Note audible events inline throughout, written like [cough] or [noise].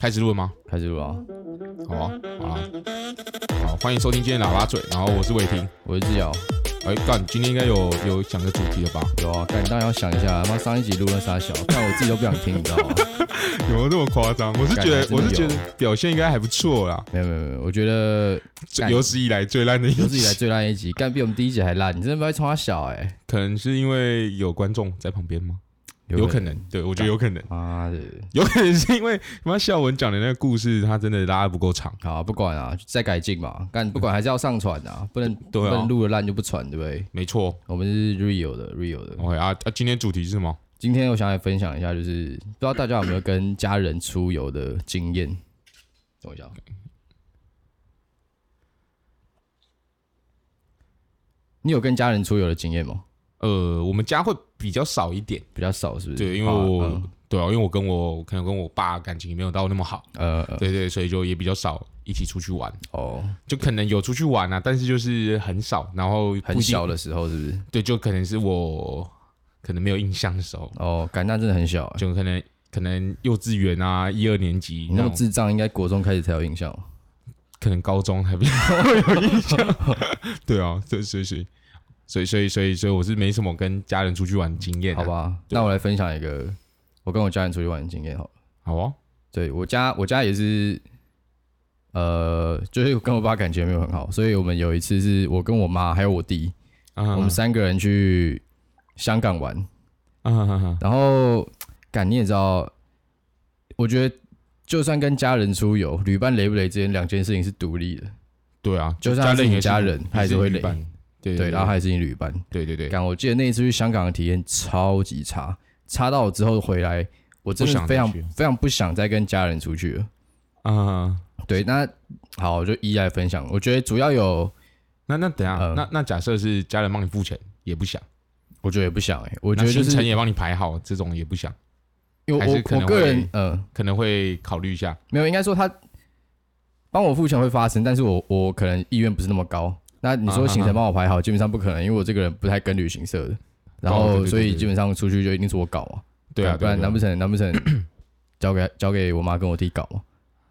开始录了吗？开始录啊！好啊，好啊，好，欢迎收听今天的喇叭嘴，然后我是伟霆。我是志尧，哎，干，今天应该有有讲个主题了吧？有啊，干，你当然要想一下，他妈上一集录那傻小，看我自己都不想听，你知道 [laughs] 吗？ [laughs] 有没有那么夸张？我是觉得干，还真的我是觉有得表现应该还不错啦，没有没有没有，我觉得最干有史以来最烂的一有史以来集，最烂一集，干比我们第一集还烂，你真的不要冲他小哎、可能是因为有观众在旁边吗？有可能，对我觉得有可能，妈的，有可能是因为他妈孝文讲的那个故事，他真的拉的不够长。好啊、不管啊，再改进嘛，干不管还是要上传啊，不能对啊不能录了烂就不传，对不对？没错我们是 real 的 real 的。 ，OK 啊啊，今天主题是什么？今天我想来分享一下，就是不知道大家有没有跟家人出游的经验？等我一下啊。你有跟家人出游的经验吗？呃，我们家会比较少一点，比较少，是不是？对，因为啊我、嗯对啊，因为我跟我可能跟我爸感情没有到那么好，呃呃对对，所以就也比较少一起出去玩，哦，就可能有出去玩啊，但是就是很少，然后很不一定小，的时候是不是？对，就可能是我可能没有印象的时候，哦，感那真的很小、欸，就可能可能幼稚园啊一二年级你那那么种，智障，应该国中开始才有印象哦。可能高中还比较有印 [laughs] 象，对啊，对，所以所以所以所以所以所以我是没什么跟家人出去玩经验、啊好，吧，那我来分享一个我跟我家人出去玩的经验好了。好啊，对我家，我家也是，呃，就是跟我爸感情没有很好，所以我们有一次是我跟我妈还有我弟，我嗯们三个人去香港玩，嗯嗯嗯，然后感你也知道，我觉得就算跟家人出游，旅伴累不累之间两件事情是独立的，对啊，就算他是人你也家人他也是会旅累伴，对对，然后还是你旅伴。对对对，感我记得那一次去香港的体验超级差，差到我之后回来，我真不的想非常再去非常不想再跟家人出去了。啊，对，那好，我就一一来分享。我觉得主要有，那那等一下，嗯那那假设是家人帮你付钱，也不想，我觉得也不想哎、我我觉得就行程是也帮你排好，这种也不想，因还是为可我能我个人会嗯、呃可能会考虑一下没有，应该说他帮我付钱会发生，但是我我可能意愿不是那么高。那你说行程帮我排好，基本上不可能，因为我这个人不太跟旅行社的，然哦对后对所对以对基本上出去就一定是我搞嘛，对啊，不然对啊难不成难不成交给交给我妈跟我弟搞嘛？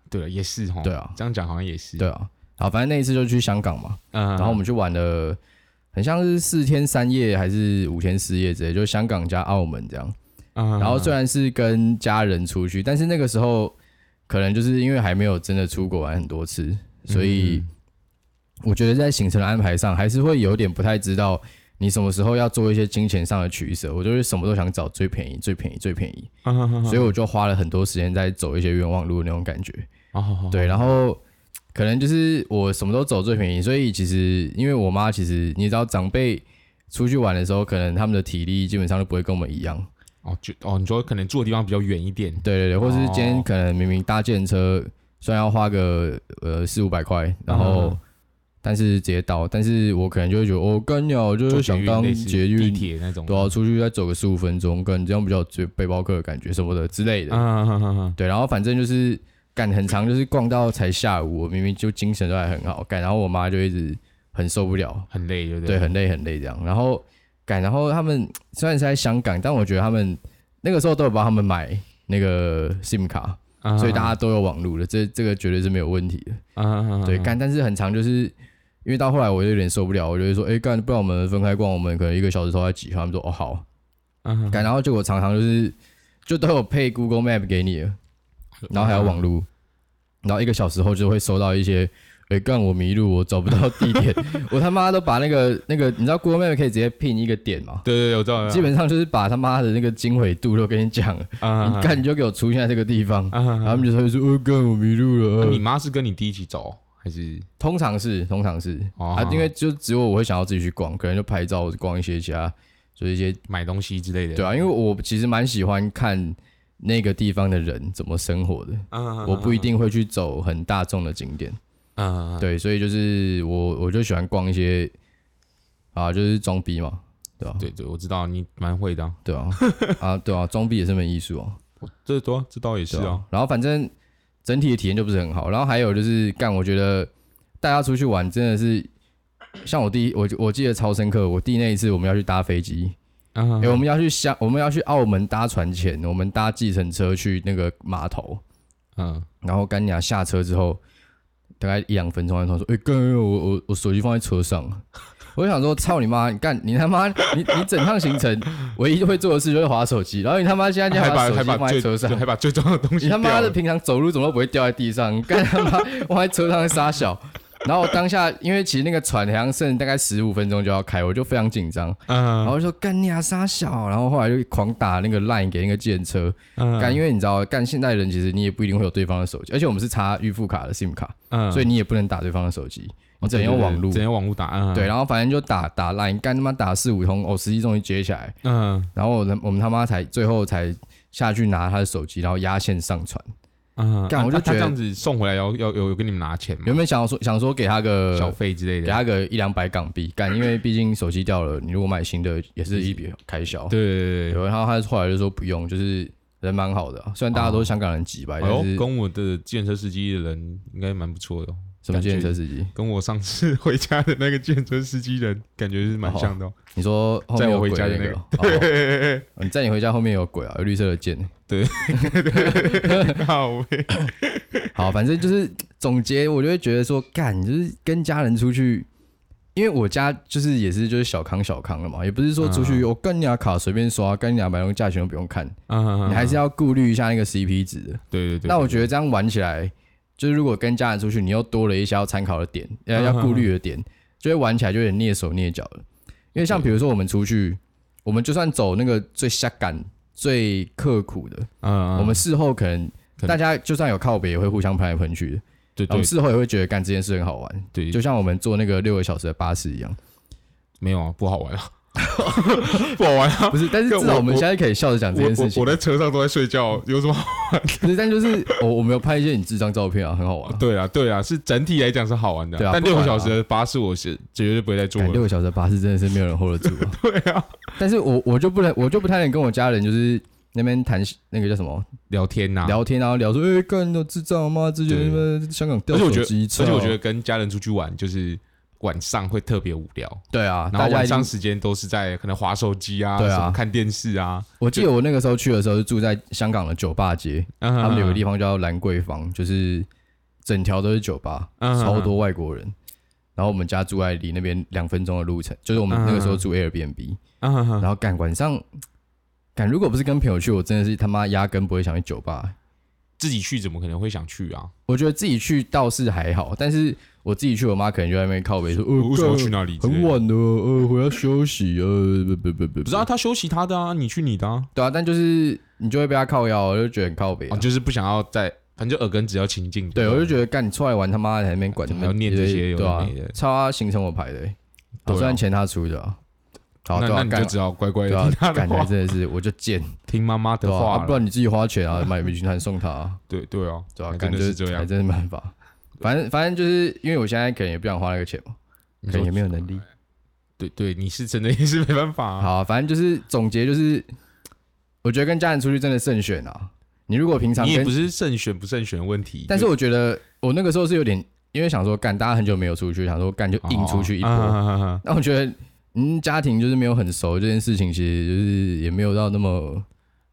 对啊，也是哈，啊对啊这样讲好像也是，对，啊，好，反正那一次就去香港嘛，嗯，然后我们去玩了，很像是四天三夜还是五天四夜之类，就是香港加澳门这样。嗯，然后虽然然是跟家人出去，但是那个时候可能就是因为还没有真的出国玩很多次，嗯所以我觉得在行程的安排上还是会有点不太知道你什么时候要做一些金钱上的取舍。我就是什么都想找最便宜、最便宜、最便宜，嗯所以我就花了很多时间在走一些冤枉路的那种感觉。哦，对，然后可能就是我什么都走最便宜，所以其实因为我妈其实你知道长辈出去玩的时候，可能他们的体力基本上都不会跟我们一样。哦就哦，你说可能住的地方比较远一点，对对对，或是哦今天可能明明搭建车，虽然要花个呃四五百块，然后、嗯但是直接到，但是我可能就会觉得我、哦、干鸟就坐捷是想运当类似捷地运，铁那种，对啊，出去再走个十五分钟，跟这样比较有最背包客的感觉什么的之类的。嗯，嗯嗯嗯嗯对，然后反正就是干很长，就是逛到才下午，我明明就精神都还很好，干，然后我妈就一直很受不了，很累，对不对，对？很累很累这样，然后干，然后他们虽然是在香港，但我觉得他们那个时候都有帮他们买那个 SIM 卡，对所以大家家都有网络了，这这个绝对是没有问题的，嗯嗯对，，嗯干，但是很长就是。因为到后来我就有点受不了，我就会说，哎、干，不然我们分开逛，我们可能一个小时后再挤。他们说，哦，好，嗯嗯干，然后结果常常就是就都有配 Google Map 给你了，然后还有网路，然后一个小时后就会收到一些，哎、干我迷路，我找不到地点， [laughs] 我他妈都把那个那个，你知道 Google Map 可以直接拼一个点嘛？对对对，我知啊道，基本上就是把他妈的那个经纬度都跟你讲了，嗯你，干你就给我出现在这个地方，嗯嗯然嗯后他们就会说，呃，干我迷路了。那呃啊你妈是跟你弟一起走还是？通常是，通常是哦啊，因为就只有我会想要自己去逛，可能就拍照逛一些其他，就是一些买东西之类的，对啊，因为我其实蛮喜欢看那个地方的人怎么生活的，嗯，我不一定会去走很大众的景点。嗯，嗯，嗯对，所以就是我我就喜欢逛一些啊，就是装逼嘛，对吧、对对，我知道你蛮会的啊，对啊，啊对啊，装逼也是门艺术哦，这多啊这倒也是对啊。啊，然后反正整体的体验就不是很好。然后还有就是干，我觉得大家出去玩真的是。像我弟，我我记得超深刻。我弟那一次，我们要去搭飞机，嗯诶、我们要去香，我们要去澳门搭船前，我们搭计程车去那个码头，嗯，然后干娘下车之后，大概一两分钟，他说：“哎、干，我我我手机放在车上。”我就想说：“操你妈！你干你他妈！你你整趟行程唯一会做的事就是划手机，然后你他妈现在就还把手还机把放在最车上对，还把最重要的东西你他妈掉的了平常走路怎么都不会掉在地上？你干他妈我还车上撒小。然后我当下因为其实那个船好像剩大概十五分钟就要开，我就非常紧张，然嗯后就说干你啊撒小，然后后来就狂打那个 line 给那个建车，干嗯因为你知道干现代人其实你也不一定会有对方的手机，而且我们是插预付卡的 SIM 卡，嗯，哦所以以你也不能打对方的手机，你只能用网络只。能用网嗯络答案。对，，然后反正就打打 line，干他妈打四五通，哦，司机终于接起来，嗯然后我们我们他妈才最后才下去拿他的手机，然后压线上传。嗯，干啊我就他他觉得这样子送回来要要有有跟你们拿钱吗原？本想要说想说给他个小费之类呃给的。他个一两百港币，干，因为毕竟手机掉了，你如果买新的也是一笔开销。对对对对然后他后来就说不用，就是人蛮好的啊、虽然大家都是香港人挤吧，对，哎但呦，是跟我的建车司机的人应该蛮不错的哦，什么感觉建车司机？跟我上次回家的那个建车司机人感觉是蛮像的 [laughs] 哦。你说后面载有我鬼回家的那个那 [laughs] 哦？对哦你载你回家后面有鬼啊，有绿色的箭。好喂，好，反正就是总结，我就会觉得说，干，就是跟家人出去，因为我家就是也是就是小康小康了嘛，也不是说出去嗯我干你俩卡随便刷，干你俩买东西价钱都不用看，嗯你还是要要顾虑一下那个 CP 值的。对对对。那我觉得这样玩起来，就是如果跟家人出去，你又多了一些要参考的点，要嗯要嗯顾虑的点，就会玩起来就有点蹑手蹑脚了。因为像比如说我们出去，我们就算走那个最下感、最刻苦的，嗯，嗯我们事后可能可能大家就算有靠北，也会互相喷来喷去的。对我对们事后也会觉得干这件事很好玩，对，就像我们坐那个六个小时的巴士一样，没有啊，不好玩 [laughs] 啊，不好玩啊。不是？但是对至少我我们我现在可以笑着讲这我件事我情我。在车上都在睡觉，有什 [laughs] 么好？不是，但就是我我们有拍一些你智障照片啊，很好 [laughs] 玩啊。对啊，对啊，是整体来讲是好玩的啊，对啊但不六管个啊小时的巴士我是绝对不会再坐赶六了。个小时的巴士真的是没有人 hold 得住、 [laughs] 啊。对啊，但是我我就不能，我就不太能跟我家人就是那边谈那个叫什么、聊天呐，聊天，然后聊说，哎、干都智障妈，之前啊对他妈香港掉而且手我觉得机，啊而且我觉得，跟家人出去玩，就是晚上会特别无聊，对啊，然后大家晚已经上，时间都是在可能划手机啊，对啊什么看电视啊，我记得我那个时候去的时候是住在香港的酒吧街，他他们有个地方叫兰桂坊，就是整条都是酒吧，嗯超多外国人。然后我们家住在离那边两分钟的路程，就是我们那个嗯时候住 Airbnb，、方，然后赶晚上，赶如果不是跟朋友去，我真的是他妈压根不会想去酒吧、自己去怎么可能会想去啊？我觉得自己去倒是还好，但是我自己去，我妈可能就在那边靠北说，我呃，为什么干去那里？很，晚了，呃，我要休息，呃，不不不不，不知道，他休息他的啊，你去你的啊，对啊，但就是你就会被她靠腰，我就觉得很靠北、哦啊就是不想要在，反正耳根只要清净。对，我就觉得干你出来玩他妈的还在那边管怎么那么啊要念这些有对的啊没的，超他行程我排的、欸，好对啊虽然钱他出的啊，好那对那啊，你干就只好乖乖对的啊听，他的感觉话，真的是我就贱，听妈妈对的啊，啊话不啦。然你自己花钱啊，买米其林送他、啊，对对啊，对啊，还感真觉的是这还样。真没办法，反正反正就是因为我现在可能也不想花那个钱嘛，你可能说也没有能力。对对，你是真的也是没办法啊。好啊，反正就是总结就是，我觉得跟家人出去真的慎选啊。你如果平常你也跟不，是慎选不慎选的问题，但是就我觉得我那个时候是有点，因为想说干，大家很久没有出去，想说干就硬出去一波。哦啊啊啊啊啊那我觉得，嗯，家庭就是没有很熟这件事情，其实就是也没有到那么，啊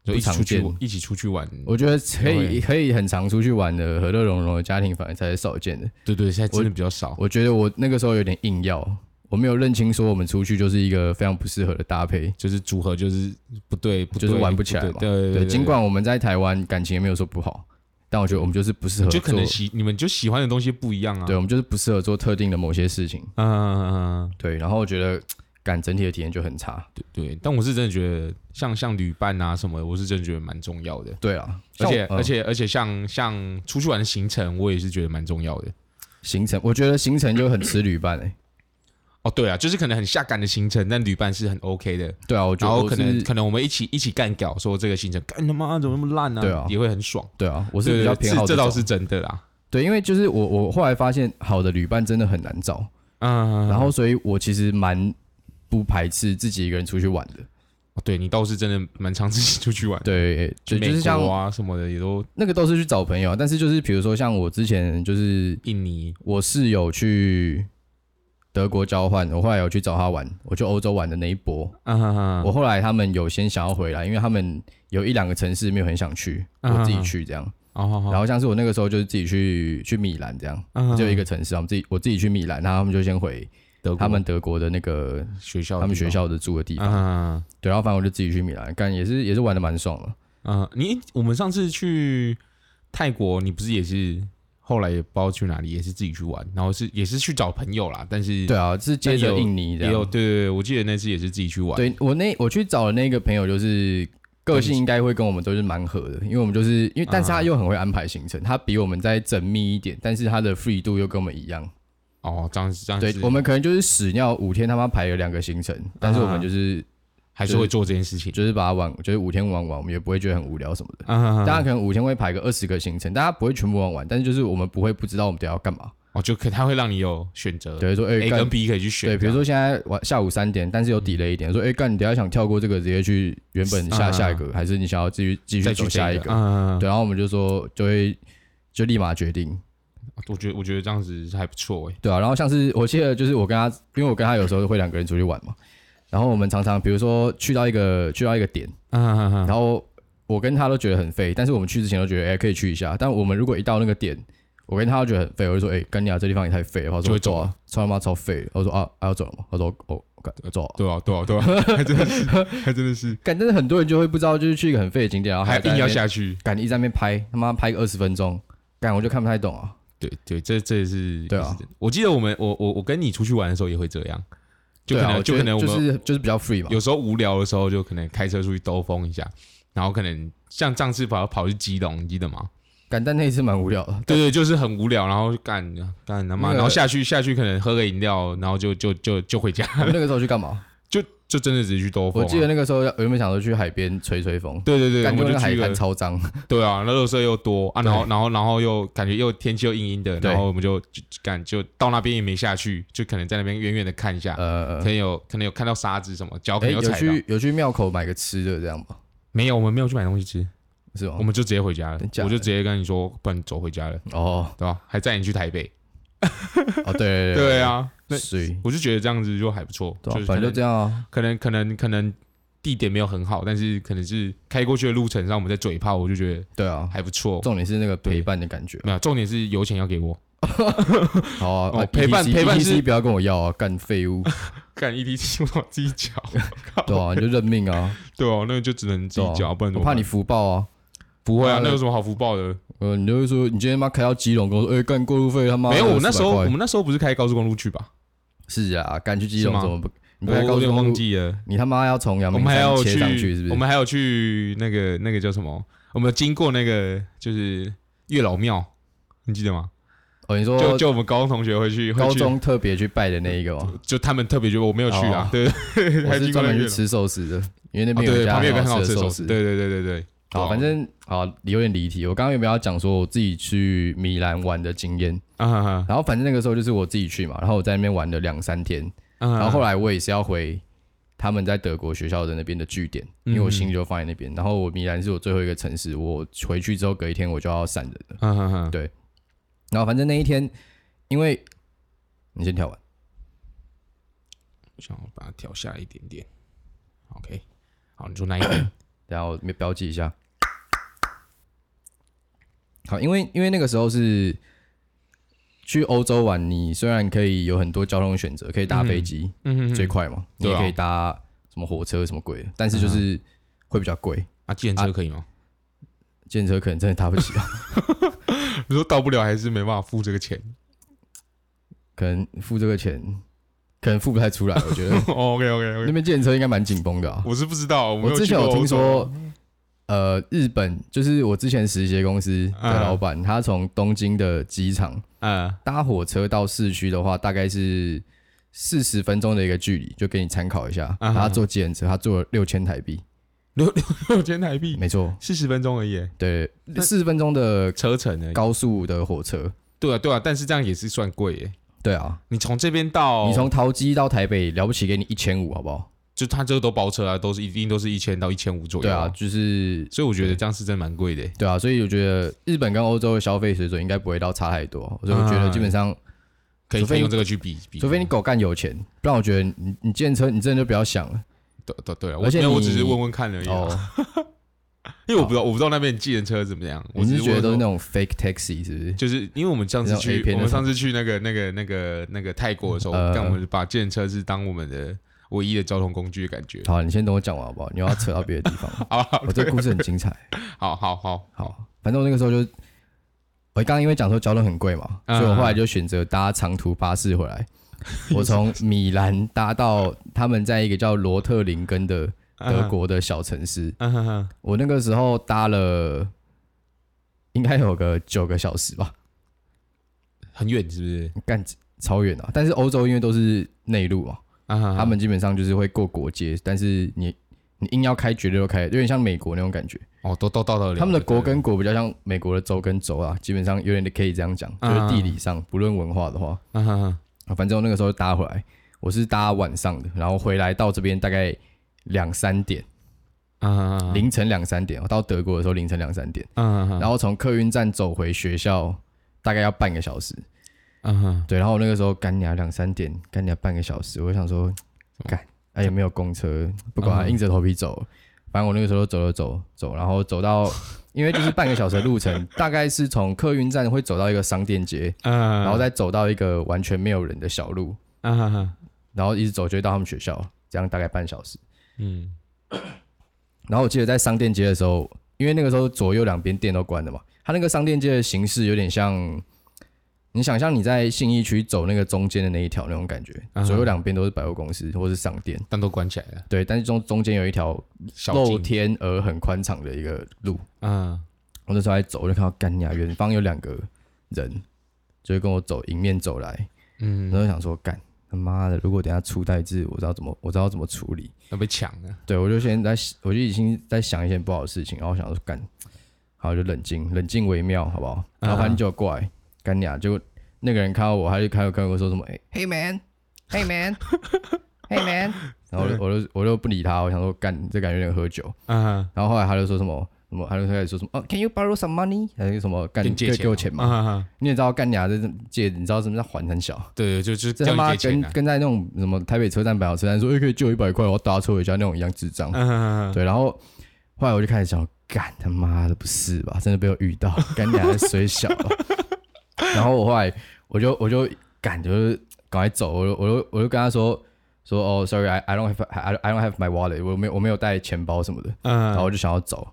就一起出去不常见一起出去玩。我觉得可对以可以很常出去玩的和乐融融的家庭，反而才是少见的。对对，现在真的比较少。我觉得我那个时候有点硬要，我没有认清说我们出去就是一个非常不适合的搭配。就是组合就是不对，不对就是玩不起来对嘛对对对，尽管我们在台湾感情也没有说不好，但我觉得我们就是不适合就做，可能喜你们就喜欢的东西不一样啊。对，我们就是不适合做特定的某些事情。嗯，嗯，嗯嗯对，然后我觉得感整体的体验就很差。对对。但我是真的觉得，像像旅伴啊什么的，我是真的觉得蛮重要的。对啊，而且像我而嗯且而且，像像出去玩的行程，我也是觉得蛮重要的。行程，我觉得行程就很吃旅伴哎。哦，对啊，就是可能很下赶的行程，但旅伴是很 OK 的。对啊，我觉然得后我可能是可能我们一起一起干屌，说这个行程干他妈怎么那么烂呢？对啊也会很爽。对啊，我我是比较偏好这种倒是真的啦。对，因为就是我我后来发现好的旅伴真的很难找，嗯，然后所以我其实蛮不排斥自己一个人出去玩的。哦对你倒是真的蛮常自己出去玩， [laughs] 对，就就美是像国啊什么的也都那个都是去找朋友啊，但是就是比如说像我之前就是印尼，我室友去德国交换，我后来有去找他玩，我去欧洲玩的那一波。嗯，我后来他们有先想要回来，因为他们有一两个城市没有很想去，嗯我自己去这样。嗯哦，好好，然后像是我那个时候就是自己去去米兰这样，嗯就一个城市啊，我们自己我自己去米兰，然后他们就先回德国他们德国的那个学校，他们学，校的住的地方，嗯对，然后反正我就自己去米兰，干也是也是玩的蛮爽的。嗯，你我们上次去泰国，你不是也是后来也不知道去哪里，也是自己去玩，然后是也是去找朋友啦，但是对啊，是接着印尼这也有样。对对对，我记得那次也是自己去玩，对我那我去找的那个朋友就是。个性应该会跟我们都是蛮合的，因为我们就是因为，但嗯是他又很会安排行程，他比我们再缜密一点，但是他的 free 度又跟我们一样。哦，这样子这样对子，我们可能就是屎尿五天他妈排了两个行程，但是我嗯们就是、还是会做这件事情，就是把它玩，就是五天玩完，我们也不会觉得很无聊什么的。啊，大家可能五天会排个二十个行程，大家不会全部玩完，但是就是我们不会不知道我们等一下要干嘛。哦，就可他会让你有选择，对，说哎、嗯，A 干跟 B 可以去选，对，比如说现在晚下午三点，但是有 delay 一嗯点，说哎干，你等一下想跳过这个，直接去原本嗯嗯下、嗯下一个，还是你想要继续继再去续走下一个？嗯，对，然后我们就说就会就立马决定，我觉得我觉得这样子还不错哎，对啊，然后像是我记得就是我跟他，因为我跟他有时候会两个人出去玩嘛，然后我们常常比如说去到一个去到一个点，嗯嗯然后我跟他都觉得很废，但是我们去之前都觉得哎、可以去一下，但我们如果一到那个点，我跟他都觉得很废，我就说哎干你啊这地方也太废了，他就说会走啊，超他妈超废的，我说啊啊要走了吗？他说哦干走啊。对啊对啊对 [laughs] 啊，还真的是还真的是，干，但是很多人就会不知道，就是去一个很废的景点，然后还在硬要那边，下去，干一直在那边拍，他妈拍个二十分钟，干我就看不太懂啊。对对，这这也是对啊。我记得我们我我我跟你出去玩的时候也会这样，就可对啊能、我觉就得可能我就们、是就是比较 free 嘛。有时候无聊的时候，就可能开车出去兜风一下，然后可能像上次跑跑去基隆，你记得吗？干，但那一次蛮无聊的。对对，就是很无聊，然后就干干他妈，那个然后下去下去可能喝个饮料，然后就就就就回家，我们那个时候去干嘛？就就真的只是去兜风、啊。我记得那个时候要原本想说去海边吹吹风，对对对，我感觉们那就个去海一滩个超脏。对啊，那垃圾又多啊，然后对然后然后又感觉又天气又阴阴的，对然后我们就就就干就到那边也没下去，就可能在那边远远的看一下，呃可，能有可能有看到沙子什么，脚可哎，能有有踩到。去有去庙口买个吃的这样吧？没有，我们没有去买东西吃，是吗我？们就直接回家了。哦真假的我就直接跟你说，不然你走回家了，哦对吧？还载你去台北。哦，[laughs] 对对，啊，那所以我就觉得这样子就还不错，对啊就是可反正就能这样啊。可能可能可能地点没有很好，但是可能是开过去的路程上我们在嘴炮，我就觉得对啊，还不错。重点是那个陪伴的感觉。没有，重点是油钱要给我。好啊哦啊，陪伴 ETC 陪伴是 ETC 不要跟我要啊，干 [laughs] 废物，干 ETC 我自己缴，对啊，你就认命啊。 [laughs] 对哦，那个就只能自己对缴，不然怎我么怕办你福报啊。不会啊妈，的那有什么好福报的？呃，你就会说你今天妈开到基隆，跟我说，哎、干过路费他妈没有，我们那时候400我块们那时候不是开高速公路去吧？是啊，赶去基隆是吗怎么不？你不我开高有速点公忘路，记了。你他妈要从阳我明们还山要切上去是不我是？们还有去那个那个叫什么？我们有经过那个就是月老庙，你记得吗？哦，你就说就我们高中同学会去，会高去中特别去拜的那一个吗？就他们特别觉得我没有去啊，哦对， [laughs] 对我还是经过专那门个月老去吃寿司的，因为那哦边有一对，家旁边有个很好好吃吃的的寿寿司。司，对对对对对，好，哇反正好有点离题。我刚刚有没有要讲说我自己去米兰玩的经验？啊哈哈，然后反正那个时候就是我自己去嘛，然后我在那边玩了两三天，然然后后来我也是要回他们在德国学校的那边的据点，因为我心就放在那嗯边。然后我米兰是我最后一个城市，我回去之后隔一天我就要散人了。啊哈哈，对然后反正那一天，因为你先跳完，我想我把它调下来一点点，OK，好，你说那一边然后没标记一下。好，因为因为那个时候是去欧洲玩，你虽然可以有很多交通选择，可以搭飞机、嗯嗯最快嘛，你对也啊可以搭什么火车什么鬼的，但是就是会比较贵。啊，计程车可以吗？建车可能真的搭不起啊，啊你说到不了还是没办法付这个钱 [laughs] 可能付这个钱，可能付不太出来。 [laughs] 我觉得？OK OK 那 OK，边建车应该蛮紧绷的啊。我是不知道，没我之去前过有听欧洲说，呃，日本就是我之前实习的公司的嗯老板，他从东京的机场嗯， [laughs] 搭火车到市区的话，大概是四十分钟的一个距离，就给你参考一下。嗯然后他坐计程车，他坐了六千台币，六千台币，没错，四十分钟而已耶，对，四十分钟的车程而已。高速的火车。对啊对啊，但是这样也是算贵耶。对啊，你从这边到，你从桃机到台北了不起，给你一千五，好不好？就他这个都包车啊，都是一定都是一千到一千五左右。对啊，，就是所以我觉得这样是真的蛮贵的耶。对啊，所以我觉得日本跟欧洲的消费水准应该不会到差太多，所以我觉得基本上，可以除非可以用你这个去比啊比，除非你狗干有钱，不然我觉得你你建车你真的就不要想了。对对对啊，而且我没有我你只是问问看而已啊。哦，啊 [laughs] 因为我不知道我不知道那边计程车怎么样，我你只是觉得都是那问说种 fake taxi 是不是？就是因为我们上次那种 A 去片，我那们种上次去那个那个那个那个泰国的时候，呃但我们把计程车是当我们的唯一的交通工具的感 [laughs] 觉。好，你先等我讲完好不好？你又要扯到别的地方了。 [laughs] 好啊，我这个故事很精彩。好好好，好，反正我那个时候就，我刚刚因为讲说交通很贵嘛，嗯所以我后来就选择搭长途巴士回来。我从米兰搭到他们在一个叫罗特林根的德国的小城市，嗯哼哼，我那个时候搭了应该有个九个小时吧，很远是不是？干超远啊！但是欧洲因为都是内陆嘛，啊哈哈他们基本上就是会过国界，但是你你硬要开绝对都开，有点像美国那种感觉。哦，都都到得了他们的国对跟国比较像美国的州跟州啊，基本上有点可以这样讲，就嗯是地理上不论文化的话，嗯哼哼啊反正我那个时候搭回来，我是搭晚上的，然后回来到这边大概两三点，嗯哼哼凌晨两三点，我到德国的时候凌晨两三点，嗯哼哼然后从客运站走回学校大概要半个小时，嗯哼对，然后我那个时候干娘两三点，干娘半个小时，我想说么干，哎、也没有公车，不管、啊嗯硬着头皮走。反正我那个时候走了走走，然后 [laughs] 走到，因为就是半个小时的路程，大概是从客运站会走到一个商店街，嗯，然后再走到一个完全没有人的小路，嗯哼哼然后一直走就会到他们学校，这样大概半小时。嗯然后我记得在商店街的时候，因为那个时候左右两边店都关了嘛，它那个商店街的形式有点像，你想象你在信义区走那个中间的那一条那种感觉，嗯哼左右两边都是百货公司或是商店，但都关起来了，对，但是中中间有一条小露径天而很宽敞的一个路。嗯我那时候还走，我就看到干呀，远方有两个人，就会跟我走迎面走来，然嗯，后想说干他妈的，如果等一下出代志，我知道怎么我知道怎么处理。要被抢了，对，我就现在我就已经在想一些不好的事情，然后想说干，好就冷静，冷静为妙，好不好？嗯然后反正就过来，干俩就那个人看到我，他就开口跟我说什么，哎、h e y man，Hey [laughs] man，Hey man，然后我就我就我就不理他，我想说干，这感觉有点喝酒。嗯然后后来他就说什么什么，他就开始说什么，哦、c a n you borrow some money？还是什么干跟你给借钱给我钱嘛？嘛，嗯你也知道干俩这借，你知道什么叫还很小。对，就就这叫他妈你借跟钱啊，跟在那种什么台北车站、板桥车站说，哎、可以借我一百块，我要搭车回家那种一样智障。嗯哼哼对，然后后来我就开始想，干他妈的不是吧？真的被我遇 [laughs] 到，干你还水小了。然后我后来我就我就赶就是赶快走，我就我就我就跟他说说哦，sorry，I I don't have I I don't have my wallet，我没有我没有带钱包什么的，然后嗯我就想要走。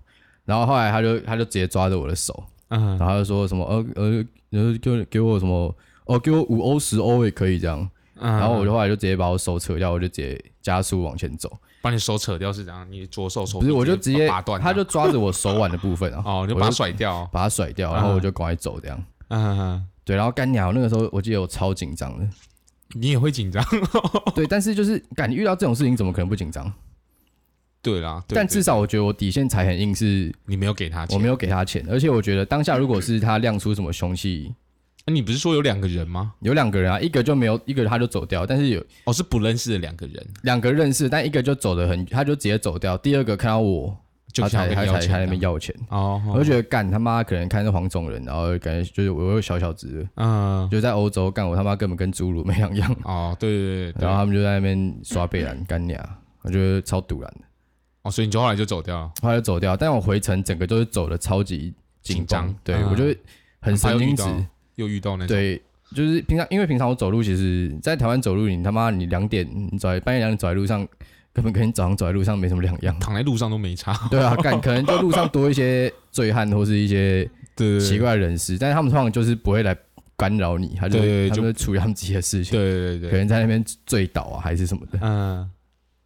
然后后来他就他就直接抓着我的手，嗯然后他就说什么呃呃，然后给我给我什么哦，给我五欧十欧也可以这样。嗯，然后我就就后来就直接把我手扯掉，我就直接加速往前走。把你手扯掉是怎样？你左手手不是，我就直直接拔断，啊他就抓着我手腕的部分啊，哦，你就我把它甩掉，把它甩掉，然后我就赶快走这样。嗯哼，对，然后干鸟那个时候我记得我超紧张的，你也会紧张，哦对，但是就是感觉遇到这种事情怎么可能不紧张？对啦，对但对至少我觉得我底线才很硬，是你没有给他钱，我没有给他钱，而且我觉得当下如果是他亮出什么凶器，那你不是说有两个人吗？有两个人啊，一个就没有，一个他就走掉，但是有哦，是不认识的两个人，两个认识，但一个就走得很，他就直接走掉，第二个看到我，就他想要跟才他你要才他钱才那这边样要钱，哦，我就觉得干他妈可能看是黄种人，然后感觉就是我又小小只的。嗯，就在欧洲干，我他妈根本跟侏儒没两样。哦，对对对对，然后他们就在那边刷贝兰干俩，我觉得超堵然的。哦，所以你就后来就走掉了，后来就走掉，但我回程整个都是走的超级紧紧张张，对、嗯我就很怕神又遇经质到。又遇到那种，。对，就是平常因为平常我走路，其实在台湾走路，你他妈你两点你走在半夜两点走在路上，根本跟你早上走在路上没什么两样躺在路上都没差，对啊，干可能就路上多一些醉汉或是一些对奇，怪的人士，但是他们通常就是不会来干扰你，他就对他们就处理他们自己的事情，对对对可对，能在那边醉倒啊还是什么的。嗯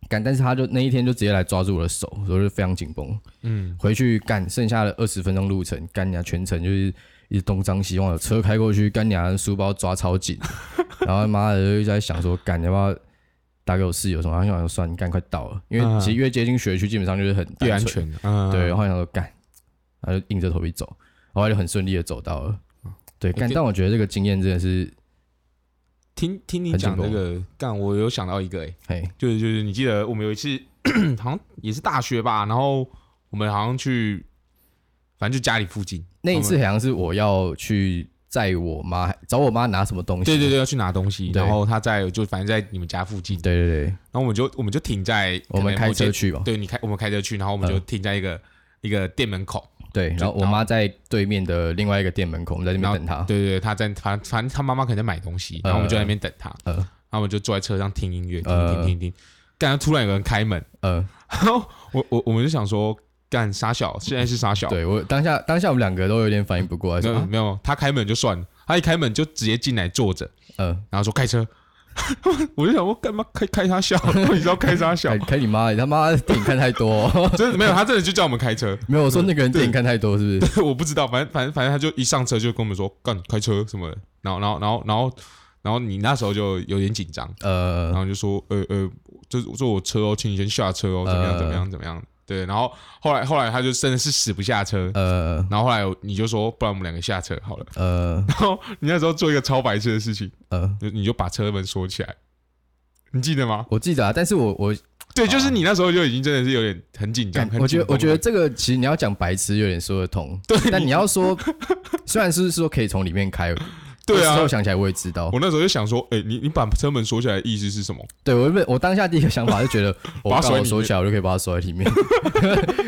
干，但是他就那一天就直接来抓住我的手，所以我就非常紧绷。嗯，回去干，剩下的二十分钟路程，干娘全程就是一直东张西望的，车开过去，干娘书包抓超紧，然后妈的就一直在想说，干要不要打给我室友什么？然后想说算，干快到了，因为嗯其实越接近学区，基本上就是很单越安纯。全的，嗯，对，然后想说干，然后就硬着头皮走，然后就很顺利的走到了。对，干，对但我觉得这个经验真的是，听听你很讲紧这绷个，干，我有想到一个，哎，嘿，就是就是，你记得我们有一次 [clears throat] 好像也是大学吧，然后我们好像去，反正就家里附近，那一次好像是我要去载我妈，找我妈拿什么东西。对对对，要去拿东西，对然后他在就反正在你们家附近，对对对，然后我们就我们就停在我们可能开某间车去吧。对你开我们开车去，然后我们就嗯停在一个一个店门口，对，然后我妈在对面的另外一个店门口，我们在然那边后等她。对对对，他在他反正他妈妈可能在买东西，然后我们就在那边等他，呃然后我们就坐在车上听音乐，听呃听听听，干，突然有人开门，呃，然后 [laughs] 我我我们就想说干傻小，现在是傻小，对我当下当下我们两个都有点反应不过来，没说、有啊、没有，他开门就算了，他一开门就直接进来坐着，呃，然后说开车， [laughs] 我就想我干嘛开开他 [laughs] 笑，你知道开他笑 [laughs] 开，开你妈，你他妈电影看太多、哦真的没有，他真的就叫我们开车， [laughs] [laughs] 没有，我说那个人电影看太多是不是？我不知道，反正反正反正他就一上车就跟我们说干开车什么的，然后然后然后然后然后你那时候就有点紧张，然呃，后就说呃呃，就是我说我车哦，请你先下车哦，怎么样呃怎么样怎么样，对，然后后来后来他就真的是死不下车，呃，然后后来我你就说不然我们两个下车好了， [laughs] 呃，然后你那时候做一个超白痴的事情，呃，就你就把车门锁起来，你记得吗？我记得啊，但是我我对，就是你那时候就已经真的是有点很紧张，感很我觉得紧绷我觉得这个其实你要讲白痴有点说得通，对但你要说虽然是说可以从里面开，对啊事后想起来我也知道我，那时候就想说，哎，你你把车门锁起来的意思是什么？对我原本我当下第一个想法 [laughs] 是觉得我把它锁在刚好里收面起来，我就可以把它锁在里面， [laughs]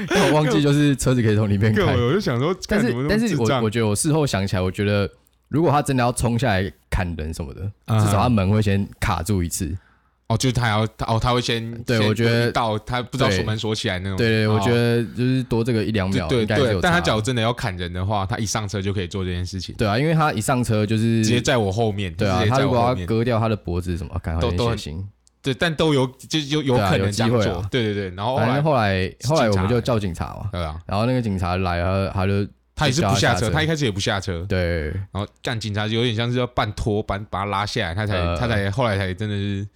但我忘记就是车子可以从里面干开，我就想说，但干怎么是那但么是智我障我觉得我事后想起来，我觉得如果他真的要冲下来砍人什么的，啊至少他门会先卡住一次。哦，就是他要他哦，他会先对先我觉得到他不知道对锁门锁起来那种，对对，哦我觉得就是多这个一两秒对应该是对有，但他差假如真的要砍人的话，他一上车就可以做这件事情，对啊，因为他一上车就直是接在我后面，对啊直，接他在如我果后要面，割掉他的脖子什么，啊感觉都都很很血腥。对，但都有就有有对啊可有能机这样会啊做，对对对，然后后反来正后来后来我警察们就叫警察嘛，对啊，然后那个警察来了，他就他也是叫不他下下车，车他一开始也不下车，对然后干警察就有点像是要半拖把把他拉下来，他才、呃他才后来才真的是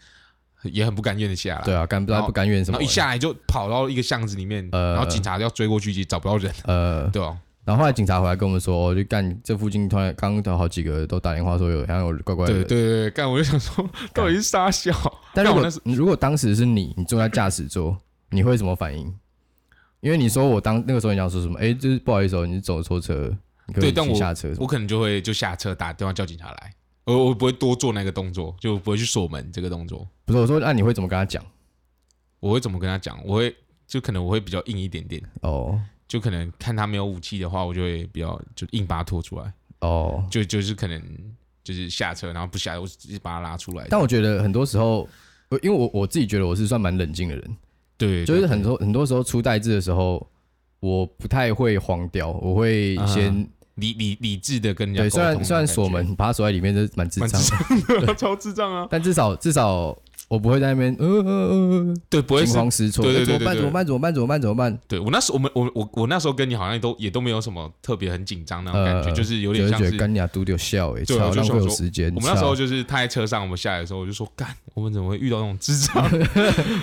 也很不甘愿的下来。对啊，甘不然他后不甘愿什然么后一的，下来就跑到一个巷子里面，呃然后警察要追过去，也找不到人，呃，对哦，然后后来警察回来跟我们说，就干这附近突然刚刚有好几个都打电话说有好像有怪怪对的对人，对对，干我就想说，到底是傻笑？但如干我果那时你如果当时是你，你坐在驾驶座，你会怎么反应？因为你说我当那个时候你想说什么？哎，就是不好意思哦，你走错车了，你可对以但请下车什么我可能就会就下车打电话叫警察来，我我不会多做那个动作，就不会去锁门这个动作，不是，我说那啊你会怎么跟他讲？我会怎么跟他讲？我会就可能我会比较硬一点点，哦就可能看他没有武器的话，我就会比较就硬把他拖出来。哦，就就是可能就是下车，然后不下来，我直接把他拉出来。但我觉得很多时候，呃因为我我自己觉得我是算蛮冷静的人，对，就是对很多很多时候出代志的时候，我不太会慌掉，我会啊先、理理理智的跟人家对，沟虽通然虽然锁门把它锁在里面，这蛮智蛮障智的，障的，超智障啊！ [laughs] 但至少至少我不会在那边呃呃对，不呃会惊是，慌失措，对对对呃怎么办对怎么办怎么办怎么办怎么办，对我那时候我们我我我那时候跟你好像都也都没有什么特别很紧张那种感觉，呃就是有就点是像觉得是。干雅都丢笑哎，对啊超我就浪想费我说时间，我们那时候操就是他在车上，我们下来的时候，我就说干，我们怎么会遇到那种智 [laughs] 障？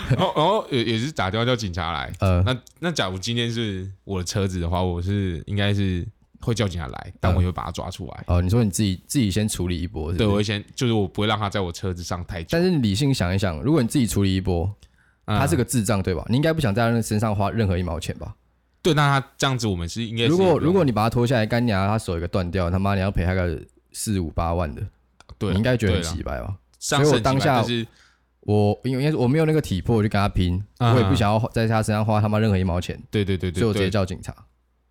然后然后也也是打电话叫警察来。呃那那假如今天是我的车子的话，我是应该是会叫警察来，但我也会把他抓出来。哦，你说你自己自己先处理一嗯波，是不对，是我会先就是我不会让他在我车子上太久。但是你理性想一想，如果你自己处理一波，嗯他是个智障对吧？你应该不想在他身上花任何一毛钱吧？对，那他这样子，我们是应该是如有果如果你把他拖下来，干娘他手一个断掉，他妈你要赔他个四五八万的，对你应该觉得很对啊啦奇怪吧？上所以我升级当吧下就是我因为应该是我没有那个体魄，我就跟他拼，啊我也不想要在他身上花他妈任何一毛钱，对对对所以对我直接对叫警察。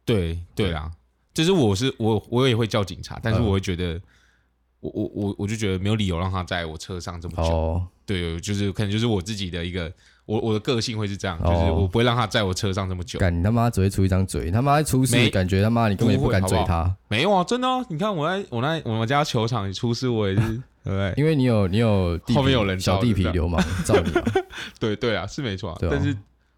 对对啦，就是我是我我也会叫警察，嗯但是我会觉得。我我我我就觉得没有理由让他在我车上这么久，哦，对，就是可能就是我自己的一个，我我的个性会是这样，哦就是我不会让他在我车上这么久。干你他妈只会出一张嘴，你他妈出事没感觉他妈你根本也不会不敢嘴好不他，没有啊，真的、啊，你看我在我那我们家球场出事， [laughs] 我也是，对不对？因为你有你有地痞后面有人罩小地痞着流氓罩 [laughs] 你嘛，对对啊，是没错、啊，对啊但是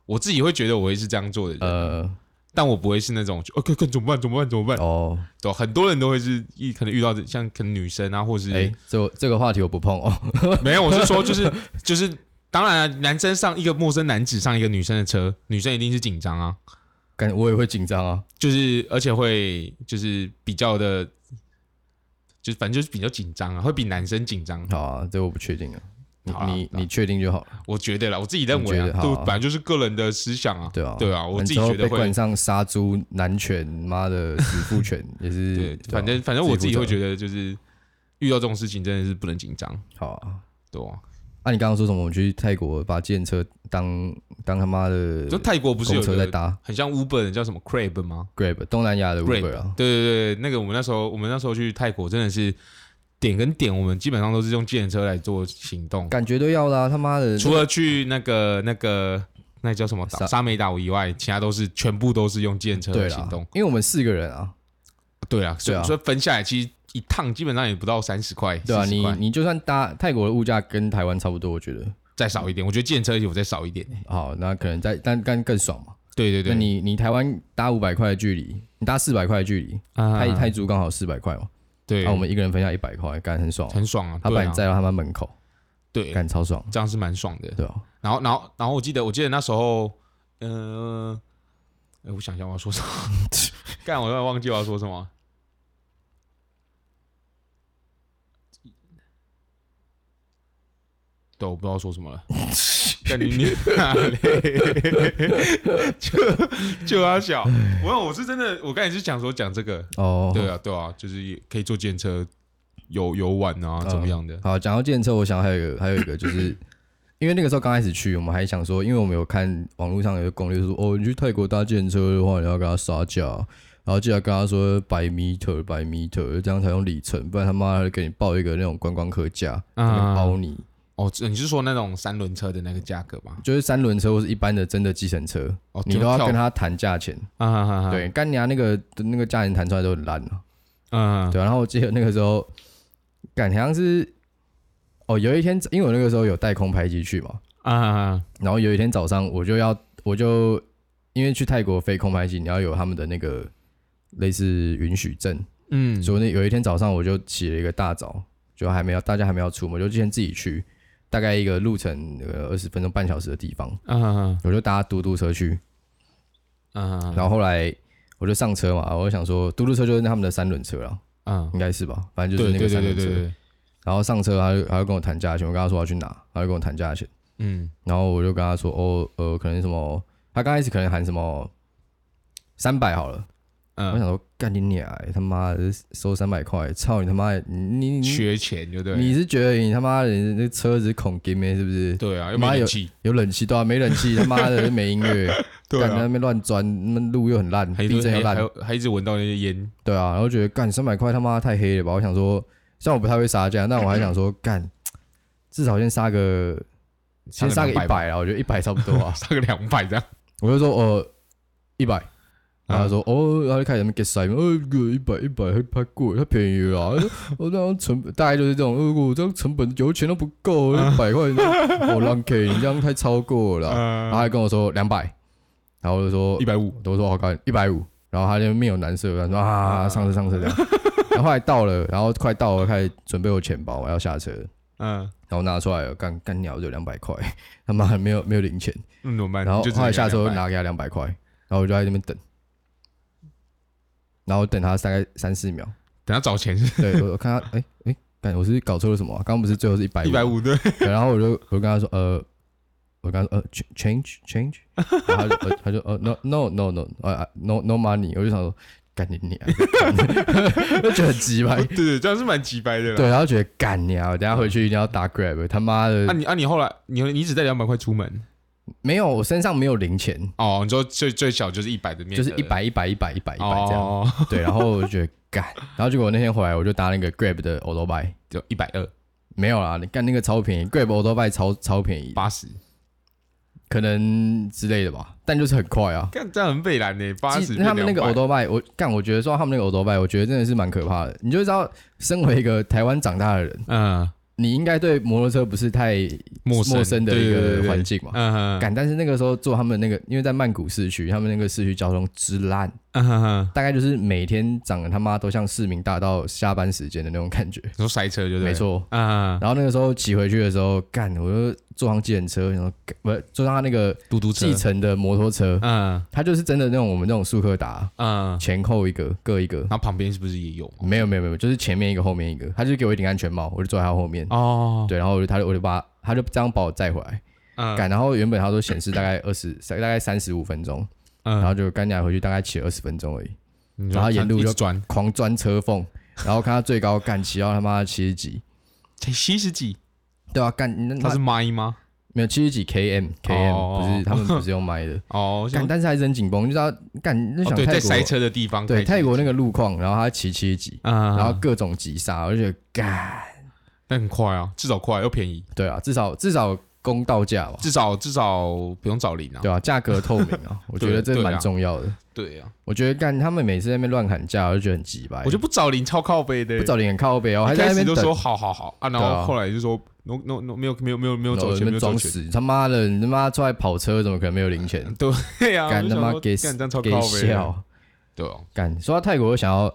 我自己会觉得我会是这样做的人，呃，但我不会是那种，呃，看看怎么办，怎么办，怎么办？哦，对，啊很多人都会是一可能遇到这像可能女生啊，或是、哎，这这个话题我不碰哦， [laughs] 没有，我是说就是就是，当然、啊、男生上一个陌生男子上一个女生的车，女生一定是紧张啊，感觉我也会紧张啊，就是而且会就是比较的，就是反正就是比较紧张啊，会比男生紧张，好啊，这我不确定啊，你好啊你好啊你确定就好了。我觉得啦，我自己认为你觉啊，得对，好啊本来就是个人的思想啊，对啊，对啊，我自己之后觉得被会冠。上杀猪、男权、妈的死父权也是， [laughs] 对，啊反正反正我自己会自己觉得，就是遇到这种事情真的是不能紧张，好啊。对吧、啊，你刚刚说什么？我们去泰国把计程车当当他妈的就泰国不是有公一车在个搭很像 Uber 的叫什么 Crab 吗？ Grab 东南亚的 Grab Uber 啊？对对对，那个我们那时候我们那时候去泰国真的是点跟点，我们基本上都是用计程车来做行动，感觉都要啦，他妈的！除了去那个那个那叫什么岛沙沙美岛以外，其他都是全部都是用计程车对来啦行动。，因为我们四个人啊，对啊，所对啊以所以分下来其实一趟基本上也不到三十块，对啊， 40你块你就算搭泰国的物价跟台湾差不多，我觉得再少一点，我觉得计程车有再少一点。好，那可能在但但更爽嘛。对对对，那你你台湾搭五百块的距离，你搭四百块的距离，啊泰泰铢刚好四百块嘛，对，那我们一个人分下一百块，感觉很爽啊。很爽啊，他对把啊你载到他们门口，对，感觉超爽，这样是蛮爽的。对啊，然后，然后，然后我记得，我记得那时候，呃，哎我想一下我要说什么，干，我突然忘记我要说什么。对，我不知道说什么 [laughs] 了。干你你就就要小，我我是真的，我刚才是想说讲这个，哦，对啊，对啊，就是也可以坐电车游游玩啊，怎么样的？好，讲到健车，我想还有一个，还有一个就是， [coughs] 因为那个时候刚开始去，我们还想说，因为我们有看网络上有个攻略说，哦，你去泰国搭健车的话，你要跟他杀价，然后记得跟他说百 meter 百 meter，这样才用里程，不然他妈的给你报一个那种观光客价，啊包你，哦，这你是说那种三轮车的那个价格吗？就是三轮车或是一般的真的计程车，哦，你都要跳跟他谈价钱，啊哈哈哈，对，干娘那个那个价钱谈出来都很烂啊。嗯，对啊、然后我记得那个时候，感好像是，哦，有一天，因为我那个时候有带空拍机去嘛，啊，然后有一天早上我就要，我就因为去泰国飞空拍机，你要有他们的那个类似允许证，嗯，所以那有一天早上我就起了一个大早，就还没有大家还没有出门，我就先自己去，大概一个路程呃二十分钟半小时的地方，嗯我就搭嘟嘟车去，嗯，然后后来我就上车嘛，我就想说嘟嘟车就是他们的三轮车了，嗯，应该是吧，反正就对对是那个对三对轮对车。对，然后上车他就他就跟我谈价钱，我跟他说我要去哪，他就跟我谈价钱，嗯然后我就跟他说哦呃可能什么，他刚开始可能喊什么三百好了，我嗯，想说干你娘欸，他妈的收三百块，操你他妈的你你缺钱就对，你是觉得你他妈的你那车子是恐金咩是不是？对啊，又妈没有人气，有冷气对吧、啊没冷气他妈的没音乐，对干在啊那，边乱钻，那路又很烂，还一地直震又还烂还，还一直闻到那些烟，对啊，然后觉得干三百块他妈太黑了吧？我想说，虽然我不太会杀价，但我还想说干，至少先杀个先杀个一200吧，。百啊，我觉得一百差不多啊杀个两百这样，我就说呃一百，然后他说哦，然后就开始在那边 get 塞，呃一百一百还太贵，太便宜了啊， [laughs] 我这样成本大概就是这种，呃我这样成本油钱都不够，一百块我浪给你这样太超过了啊，然后呃，还跟我说两百，然后我就说一百五，我说好高，一百五。然后他就面有难色，他说啊，啊上车上车这样。然后后来到了，然后快到了，开始准备我钱包，我要下车，然嗯后拿出来了，干干鸟就两百块，他妈的没有没有零钱。嗯，怎么办？然后就只后来能下车我就200，拿给他两百块，然后我就在那边等，然后等他大概三四秒，等他找钱对我我看他，哎哎，干我是搞错了什么啊？刚刚不是最后是一百一百五对，，对然后我就我就跟他说，呃，我跟他说，呃，ch-，change change，然后他就呃他就呃，no no no no，呃，no no money，我就想说，干 [laughs] 你你、啊，就觉得很急吧对对，这样是蛮急白的啦。对，然后觉得干你啊，我等一下回去一定要打 grab，他妈那的，你啊，你后来你你只带两百块出门没有，我身上没有零钱，哦，你说最最小就是一百的面额，就是一百一百一百一百一百这样，哦，对，然后我就觉得干，然后结果那天回来我就搭那个 grab 的 o l o b y 就一百二没有啦，你干那个超便宜，grab o l o b y 超超便宜，八十，可能之类的吧，但就是很快啊。干这样很费蓝呢，八其十实他们那个 o l d b y 我干，我觉得说他们那个 o l d b y 我觉得真的是蛮可怕的。你就知道，身为一个台湾长大的人，嗯你应该对摩托车不是太陌生的一对对对个对环境嘛。嗯干，但是那个时候坐他们那个，因为在曼谷市区，他们那个市区交通之烂，嗯哼哼，大概就是每天长得他妈都像市民大道下班时间的那种感觉。你说塞车就对，没，错，嗯，然后那个时候骑回去的时候，干，我就坐上计程车，然后不是坐上他那个嘟嘟车计，程的摩托车，嗯它就是真的那种我们那种速克达，嗯，前后一个各一个然，后旁边是不是也有？没有没有没有，就是前面一个后面一个，他就给我一顶安全帽，我就坐在他后面，哦，对，然后我就他就我就把他就这样把我载回来，嗯干、然后原本他说显示大概二十大概三十五分钟，嗯然后就干起来回去大概骑了二十分钟而已，你然后沿路就一直转，狂钻车缝，然后看他最高干骑到他妈七十几，才七十几，对啊，干那它那是麦吗？没有七十几 km km，、哦不是 [laughs] 他们不是用麦的，哦，干，像但是还是很紧绷，就知道干就哦想对，泰在国、塞车的地方开对始，泰国那个路况，然后他骑七十几，啊，然后各种急刹，我就觉得干，但很快啊，至少快又便宜，对啊，至少至少公道价吧，至少至少不用找零啊。对啊，价格透明 [laughs] 啊，我觉得这对啊蛮重要的。对啊，我觉得干他们每次在那边乱喊价，我就觉得很鸡巴。我就不找零，超靠背的不。找脸靠背哦，我还一在开那始就边等。说 [laughs] 好好好啊，然对后啊后来就说 no no no 没有没有没有没有然后走在钱，哦那没有走边装钱。死，他妈的，你他妈出来跑车怎么可能没有零钱？ [laughs] 对呀，干我就他想妈说给干这样超 [laughs] 给靠背的。笑，对哦，干说到泰国，我想要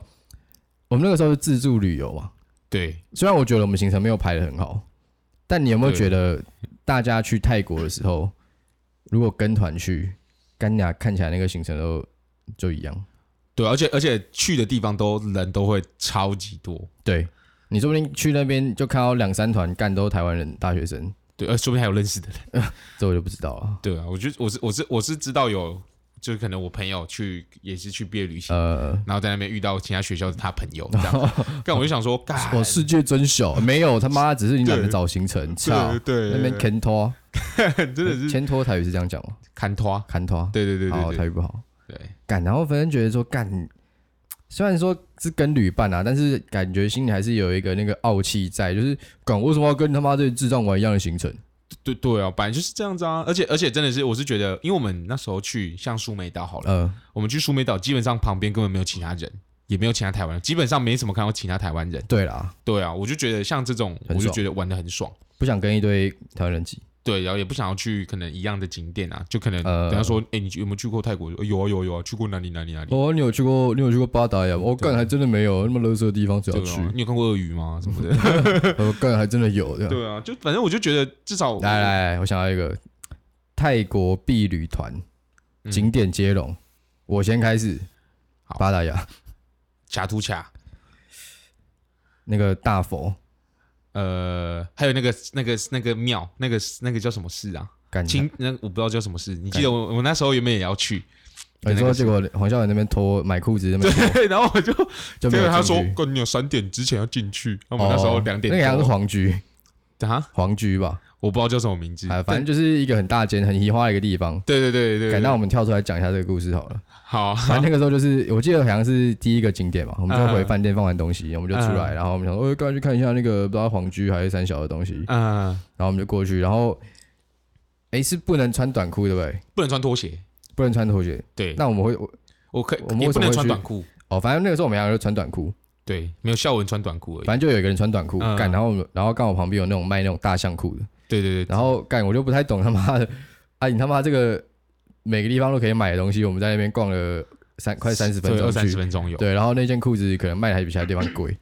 我们那个时候是自助旅游嘛，对，虽然我觉得我们行程没有排的很好，但你有没有对觉得大家去泰国的时候，如果跟团去，干俩看起来那个行程都就一样？对，啊而且而且去的地方都人都会超级多，对，你说不定去那边就看到两三团干都台湾人大学生，对，呃，说不定还有认识的人。这我就不知道了。对啊，我觉得我是我是我是知道有，就是可能我朋友去也是去毕业旅行，呃，然后在那边遇到其他学校的他朋友这样， [laughs] 但我就想说，干，我世界真小，没有他妈，只是你懒得对找行程，操对，对，那边对牵 [laughs] 拖，真的是牵拖台语是这样讲吗？看拖，牵拖，对对对好，对台对语不好。对，干，然后反正觉得说干，虽然说是跟旅伴啊，但是感觉心里还是有一个那个傲气在，就是干为什么要跟他妈这些智障玩一样的行程？对对啊，本来就是这样子啊，而且而且真的是，我是觉得，因为我们那时候去像苏梅岛好了，呃，我们去苏梅岛基本上旁边根本没有其他人。也没有其他台湾人，基本上没什么看到其他台湾人。对啦，对啊，我就觉得像这种，我很爽就觉得玩的很爽。不想跟一堆台湾人挤，对，然后也不想要去可能一样的景点啊，就可能呃等下说，哎、你有没有去过泰国？呃有啊有啊有啊，去过哪里哪里哪里？哦，你有去过，你有去过巴达雅吗？我、干还真的没有，那么垃圾的地方只要对去啊，，你有看过鳄鱼吗？什么的？ [laughs] 我、干还真的有这样。对啊，就反正我就觉得至少 [laughs] 来来来，我想要一个泰国避旅团嗯景点接龙，我先开始。好巴达雅卡图卡，那个大佛，呃，还有那个那个那个庙，那个那个叫什么寺啊？感情。清那我不知道叫什么寺，你记得我我那时候原本也要去，你那说个结果黄孝仁那边脱买裤子那 [laughs] 边对，然后我就就结没有果他进说去，哥，你有三点之前要进去，那我们那时候哦两点那个好像是多，黄居，啊，黄居吧，我不知道叫什么名字，哎，反正但就是一个很大间、很移花的一个地方。对对对对改，对那我们跳出来讲一下这个故事好了。好，反 [laughs] 正那个时候就是，我记得好像是第一个景点嘛，我们就回嗯饭店放完东西，我们就出来，嗯然后我们想说，哦，刚才去看一下那个不知道黄居还是三小的东西，然嗯，后我们就过去，然后，哎，是不能穿短裤对不对？不能穿拖鞋，不能穿拖鞋。对，那我们会，我我可我们也为什不么能会穿去短裤，哦，反正那个时候我们两个就穿短裤，对，没有孝文穿短裤而已。反正就有一个人穿短裤，嗯干，然后我们，然后刚好旁边有那种卖那种大象裤的。对对对，然后干我就不太懂他妈的，啊你他妈这个每个地方都可以买的东西，我们在那边逛了三快三十分二钟三十去，分钟有，对，然后那件裤子可能卖的还比其他地方贵，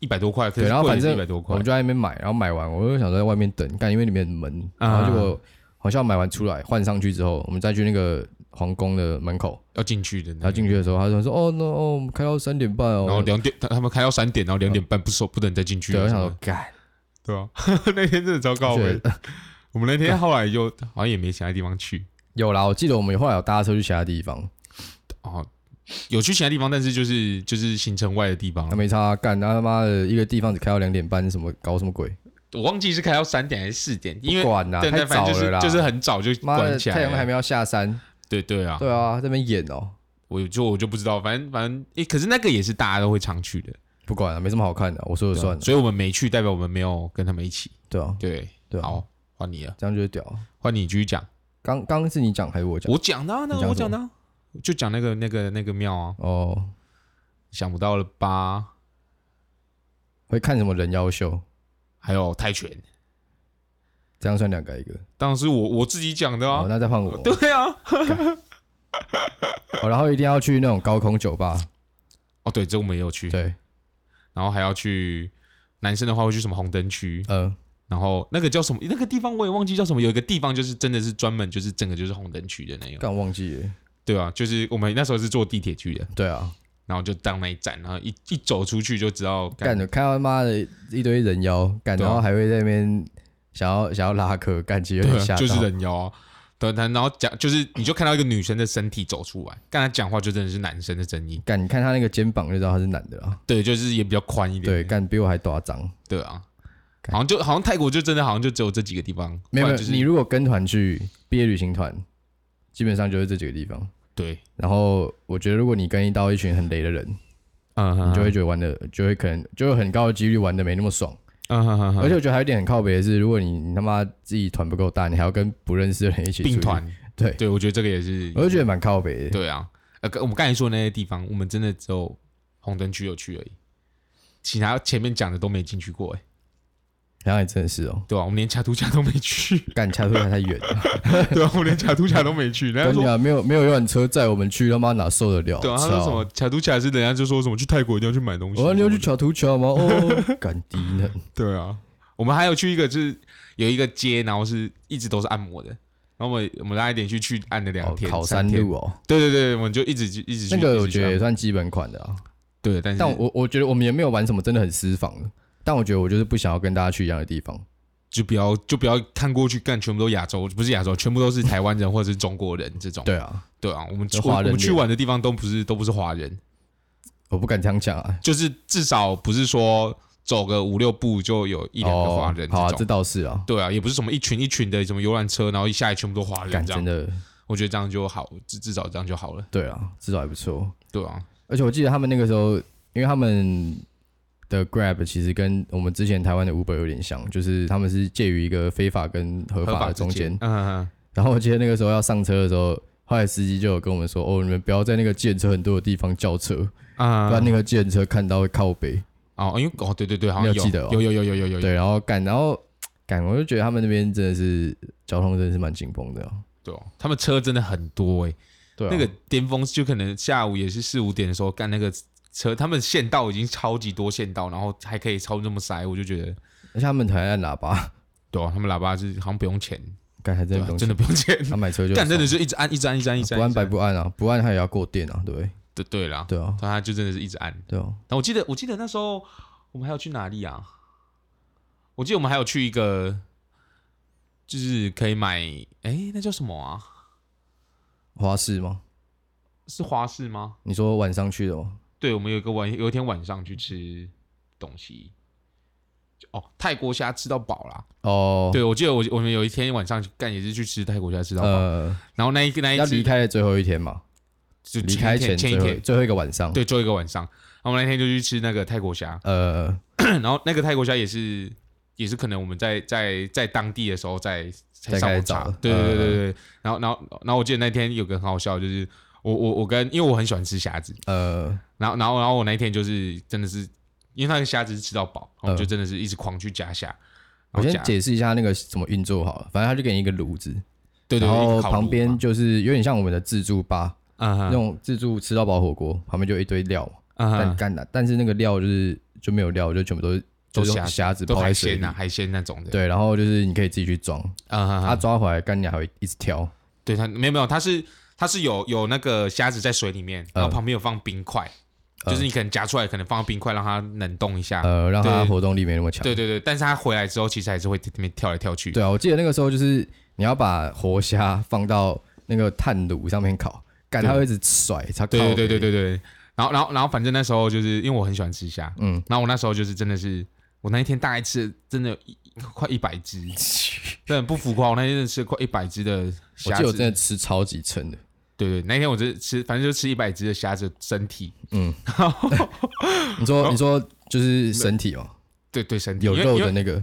一百多块，对然后反正一百多我块们，就在那边买，然后买完我就想说在外面等，干因为里面很闷，啊然后结果好像买完出来换上去之后，我们再去那个皇宫的门口，要进去的那个，然后进去的时候，他就说哦 no 哦我们开到三点半然后哦，两点，他他们开到三点，然后两点半不收，不能再进去对，了我什想么说的。干，对啊， [laughs] 那天真的糟糕我觉欸得 [laughs] 我们那天后来就好像也没其他地方 [laughs] 去，有啦，我记得我们后来有搭车去其他地方，哦，有去其他地方，但是就是就是行程外的地方那。没差啊干，那他妈的一个地方只开到两点半，什么搞什么鬼？我忘记是开到三点还是四点，因不为管啦，对，太但反早正就了啦，是就是很啊早就妈的关起来了。太阳还没要下山，对对啊，对啊，这边演哦，我就我就不知道，反正反正诶，可是那个也是大家都会常去的，啊不管了，啊没什么好看的，我说了算啊了，所以我们没去，代表我们没有跟他们一起。对啊，对，对啊，好，换你了，这样就是屌啊。换你继续讲。刚刚是你讲还是我讲？我讲的、啊，那个你讲我什么讲的、啊，就讲那个那个那个庙啊，哦，想不到了吧？会看什么人妖秀？还有泰拳，这样算两个一个。当然是我我自己讲的哦，啊。那再换我。 [laughs] 对啊，哦，然后一定要去那种高空酒吧。哦对，这我们也有去，对，然后还要去男生的话会去什么红灯区，嗯，然后那个叫什么那个地方我也忘记叫什么，有一个地方就是真的是专门就是整个就是红灯区的那个，刚忘记了。对啊，就是我们那时候是坐地铁去的，对啊，然后就到那一站，然后一一走出去就知道干的看到妈的一堆人妖，干，对啊然后还会在那边想要想要拉客，干，其实有点对吓啊，就到。是人妖、啊。对，他然后讲就是，你就看到一个女生的身体走出来，跟她讲话就真的是男生的声音，干，你看他那个肩膀就知道他是男的啦。啊对，就是也比较宽一点。对，干比我还大张。对啊，好像就好像泰国就真的好像就只有这几个地方，没有，不然没有就是你如果跟团去毕业旅行团，基本上就是这几个地方。对，然后我觉得，如果你跟一到一群很雷的人，嗯哼你就会觉得玩的就会可能就会很高的几率玩的没那么爽。嗯哼哼哼，而且我觉得还有一点很靠北的是，如果你你他妈自己团不够大，你还要跟不认识的人一起出去并，团，对对，我觉得这个也是，我就觉得蛮靠北的。对啊，呃，跟我们刚才说的那些地方，我们真的只有红灯区有去而已，其他前面讲的都没进去过、欸，哎，然后也真的是哦，对啊，我们连卡图卡都没去， [laughs] 干恰突然太远了，对啊，我们连卡图卡都没去，人家跟你说。讲，没有没有游览车载我们去，他妈哪受得了？对啊，他说操什么？卡图卡是人家就说什么去泰国一定要去买东西，我要溜去巧图桥吗？ [laughs] 哦，干低呢？对啊，我们还有去一个，就是有一个街，然后是一直都是按摩的。然后我们我们大概连续去按了两哦，天，考三山天。路哦，对对对，我们就一直去一直去。那个我一直去觉得按也算基本款的啊。对，但是但我我觉得我们也没有玩什么真的很私房的，但我觉得我就是不想要跟大家去一样的地方。就不要就不要看过去，干全部都亚洲，不是亚洲，全部都是台湾人或者是中国人这种。对啊，对啊，我们就我华人我们去脸玩的地方都不是都不是华人，我不敢这样讲啊，就是至少不是说走个五六步就有一两个华人哦好啊，这这种。倒是啊，对啊，也不是什么一群一群的什么游览车，然后一下来全部都华人感这真样。的我觉得这样就好，至至少这样就好了。对啊，至少还不错。对啊，而且我记得他们那个时候，因为他们的 Grab 其实跟我们之前台湾的 Uber 有点像，就是他们是介于一个非法跟合合法的法之中间。嗯嗯，嗯然后我记得那个时候要上车的时候，后来司机就有跟我们说：“哦，你们不要在那个建车很多的地方叫车，啊，不然那个建车看到会靠北。哦，因为哦，对对对，好你像有有记得哦有有有有有有，对，然后干，然后干，我就觉得他们那边真的是交通真的是蛮紧绷的、啊。对哦，他们车真的很多哎，对、啊，那个巅峰就可能下午也是四五点的时候干那个车，他们县道已经超级多县道，然后还可以超那么塞，我就觉得，而且他们台按喇叭，对哦，他们喇叭是好像不用钱，干还真对的啊不用真的钱，啊不用 [laughs] 钱，他买车就干真的爽是一直按一直按一直按一直按，不一按直白按不按啊，不按他也要过电啊，对不对对对啦，对啊，但他就真的是一直按。对啊，但我记得我记得那时候我们还有去哪里啊？我记得我们还有去一个，就是可以买，哎，那叫什么啊？花市吗？是花市吗？你说晚上去的吗？对，我们有一个晚有一天晚上去吃东西，就哦，泰国虾吃到饱啦。哦，对，我记得我我们有一天晚上干也是去吃泰国虾吃到饱，呃，然后那一那要一离次开的最后一天嘛，就离开前一天前前最一后天，最后一个晚上，，对，最后一个晚上，然后我们那天就去吃那个泰国虾，呃，然后那个泰国虾也是也是可能我们在在在当地的时候在才再上开网始找查的，嗯对对对对对，然后然后然后我记得那天有个很好笑的，就是我我我跟因为我很喜欢吃虾子，呃，然后然后然后我那一天就是真的是，因为那个虾子是吃到饱，然后我嗯就真的是一直狂去夹虾，我然后先夹解释一下那个怎么运作好了，反正他就给你一个炉子，对对，然对一后直烤旁炉边嘛就是有点像我们的自助吧，嗯那哼种自助吃到饱火锅，旁边就一堆料嘛，嗯但哼干的，但是那个料就是就没有料，就全部都是都就是是用虾子都泡海在鲜水啊里呐，，海鲜那种的，对，啊然后就是你可以自己去装，嗯哼他哼，抓回来干你还会一直挑，对它没有没有，它是它是有有那个虾子在水里面，然后嗯旁边有放冰块，就是你可能夹出来，可能放冰块让它冷冻一下，呃，让他对活动力没那么强。啊对对对，但是它回来之后其实还是会在那边跳来跳去，对啊，我记得那个时候就是你要把活虾放到那个炭炉上面烤，干对它会一直甩，它对靠对对对北，对对，然后然后然后反正那时候就是因为我很喜欢吃虾，嗯，然后我那时候就是真的是，我那一天大概吃了真的有一快一百只，真的不浮夸，我那天真的吃了快一百只的我虾记得我子，真的吃超级撑的，对对，那天我就是吃，反正就吃一百只的虾子身体，嗯，你说你说就是身体哦，对对身体有因为肉因的为那个，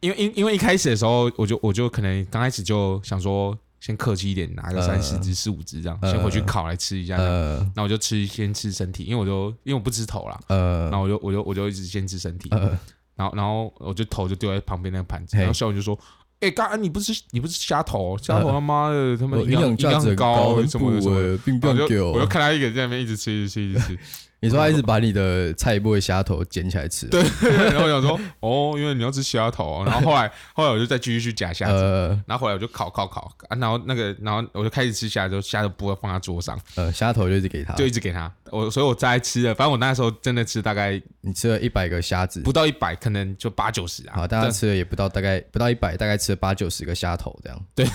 因为因因为一开始的时候，我就我就可能刚开始就想说先客气一点，拿个呃三四只、四五只这样，呃先回去烤来吃一下这样。呃那我就吃先吃身体，因为我就因为我不吃头啦，然呃后我就我就我就一直先吃身体，呃，然后然后我就头就丢在旁边那个盘子，嘿然后小雨就说：“哎、刚刚你不是你不是虾头，虾头呃他妈的他们我营养养价量值很高很什么的什补么的。欸，并不然后我用给就我就我。看他一个人在那边一直吃一直吃一直吃， [laughs] 你说他一直把你的菜不会虾头捡起来吃，对，然后我想说哦，因为你要吃虾头啊、然后后来后来我就再继续去夹虾子，呃然后后来我就烤烤烤，啊、然后那个然后我就开始吃虾的时候，虾都不会放在桌上，呃，虾头就是给他，就一直给他。我所以我在吃的，反正我那时候真的吃大概你吃了一百个虾子不，到一百，可能就八九十啊。好，大家吃了也不到大概不到一百，大概吃了八九十个虾头这样。对，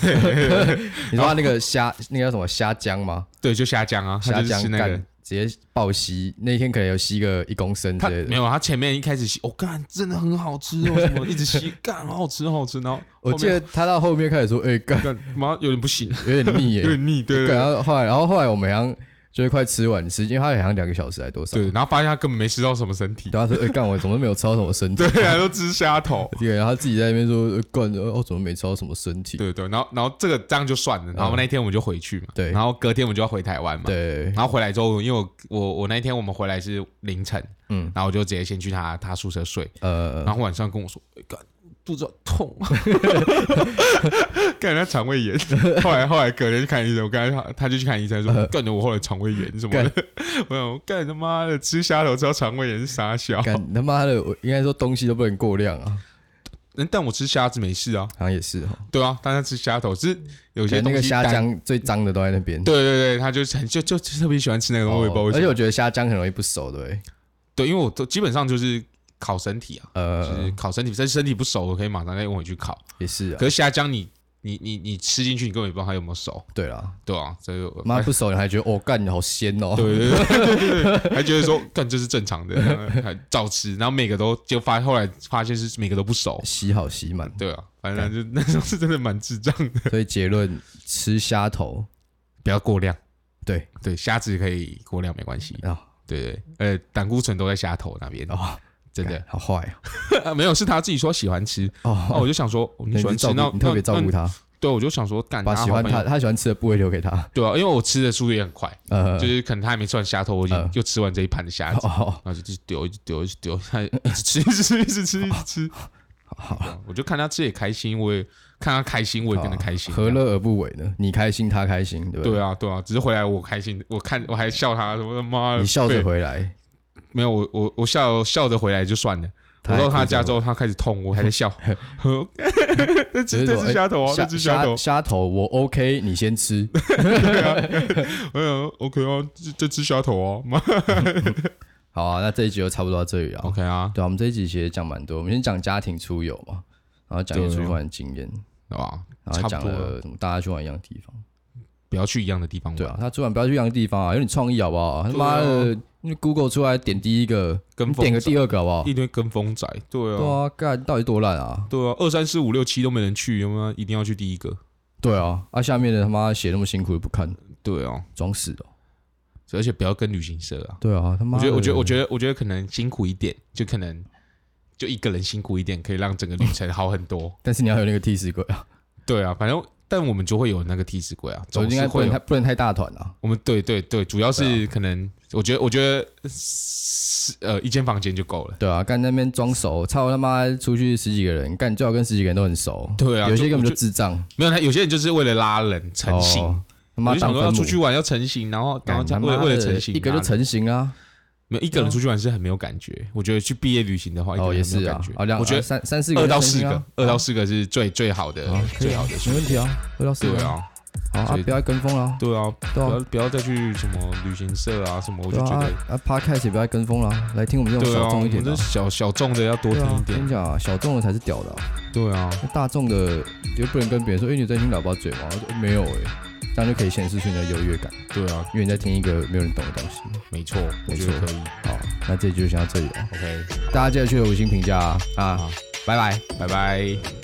你说他那个虾那个叫什么虾浆吗？对，就虾浆啊，他虾就是浆吃那个干直接暴吸，那天可能有吸个一公升之他类没的。有，他前面一开始吸，哦，干，真的很好吃 [laughs] 哦，什么一直吸，干，好好吃，好好吃，哦然后我后记面得他到后面开始说：“哎、干，干，妈有点不行，有点腻耶有。点腻，”对对，然啊对后后来，然后后来我们好像就是快吃完，时间他好像两个小时还多少？对，然后发现他根本没吃到什么身 [laughs] 体，对，他说：“哎、干，我怎么都没有吃到什么身体？”对啊，都吃虾头，对，然后他自己在那边说：“呃干、呃哦，怎么没吃到什么身体对对，然后然后这个这样就算了，然后那天我们就回去嘛，嗯对然后隔天我们就要回台湾？”嘛，，对，然后回来之后，因为我我我那天我们回来是凌晨，嗯，然后我就直接先去他他宿舍睡，呃，然后晚上跟我说，哎干、肚子好 [laughs] 痛， [laughs] 干他肠胃炎。 [laughs] 后来后来隔天去看医生，我跟他他就去看医生说，呃干的我后来肠胃炎什么的。 [laughs] 我想说干他妈的吃虾头吃到肠胃炎是傻小，干他妈的，我应该说东西都不能过量啊，嗯但我吃虾子没事啊，好像也是哈。对啊，但他吃虾头只是有些那东个西虾单，浆最脏的都在那边。对对对，他就很就就就特别喜欢吃那个东西，我也不知道哦为而什且我么。觉得虾浆很容易不熟，欸对不对，对，因为我都基本上就是烤身体啊，就呃是，烤身体，但是身体不熟，我可以马上再用回去烤。也是啊可，是虾浆你你你你吃进去，你根本也不知道它有没有熟，对啦，对啊，所以我妈不熟你还觉得哦，干你好鲜哦，对对对对对对，还觉得说 [laughs] 干这是正常的，还照吃，然后每个都就发，后来发现是每个都不熟，吸好吸 [laughs] 满。对啊，反正就 [laughs] 那时候是真的蛮智障 [laughs] 的，所以结论，吃虾头，不要过量，对对，虾子可以过量没关系，啊，对对，呃，胆固醇都在虾头那边，哦，真的干好坏啊没有是他自己说喜欢吃，哦那哦，我就想说 [laughs] 哦你那喜欢就吃照，那顾你特别照顾那他，对，我就想说干 [laughs] 把他喜好欢朋友他他喜欢吃的部位留给他，对啊，因为我吃的速度也很快，呃，就是可能他还没吃完虾头，我已呃经就吃完这一盘的虾子，哦，然后就一直丢，一直丢，一直丢， [laughs] 他一直吃，一直吃，一直吃，一直 [laughs] 吃。好，我就看他吃也开心，我也看他开心，我也跟着开 [laughs] 心。啊何？乐而不为呢？你开心，他开心，对不对对？啊，对啊，只是回来我开心，我看我还笑他，什么他妈的你笑着被回来，没有？我我我笑笑着回来就算了。他我还到他哭着家之后，他开始痛，我还在 [laughs] 笑。 [laughs] 呵那只只是那说只虾头啊哎，那只虾头，虾头我 OK，你先吃，哎呀，OK 啊，这这只虾头啊，妈好啊，那这一集就差不多到这里了。 OK 啊，对啊，我们这一集其实讲蛮多，我们先讲家庭出游嘛，然后讲你出去玩的经验，对吧？啊然后差还不讲多啊了，了什么大家去玩一样的地方。不要去一样的地方对玩，啊，他出玩不要去一样的地方啊，有点创意好不好？他妈的，你 Google 出来点第一个，啊跟你风点个仔第二个好不好一？堆跟风仔，对对啊，干到底多烂啊！对啊，二三四五六七都没人去，有没有一定要去第一个？对啊，啊下面的他妈写那么辛苦也不看，对哦，装死哦。而且不要跟旅行社啊。对啊，他妈我的，。觉得，我觉得，我觉得，我觉得可能辛苦一点，就可能就一个人辛苦一点，可以让整个旅程好很多 [laughs] 但是你要有那个替死鬼啊，对啊，反正但我们就会有那个替死鬼啊，我总应是该不会能有太。不能太大团啊。我们对对对，主要是可能，我觉得，我觉得是呃一间房间就够了。对啊，干那边装熟，操他妈出去十几个人，干最好跟十几个人都很熟。对啊有些就根本我就就智障，没有，他有些人就是为了拉人成型，哦他我妈就想当说分要母出去玩要成型，然后然后干他为妈了为了的成型，一个就拉人成型啊。没有一个人出去玩是很没有感觉。我觉得去毕业旅行的话，一个哦，人也很是没有啊感觉。，啊，两我觉啊得三三四个二人到成四型啊，个，二到四个是最最好的啊，可以最啊好的。没问题啊，二到四对个，啊，好啊所以，不要跟风了，对啊，不对啊要不要再去什么旅行社啊什么，我就对觉啊得，啊，Podcast 也不要跟风了，来听我们这种对啊，小我众一们点的这，小小众的要多对听啊一，跟点你。讲啊，小众的才是屌的啊，对啊，那大众的你就不能跟别人说，哎，你在听喇叭嘴吗？我说哎没有哎，这样就可以显示出你的优越感，对啊，因为你在听一个没有人懂的东西。没错，我没觉错得可以。好，那这集就先到这里了， OK，大家记得去五星评价啊啊好，拜拜。拜拜。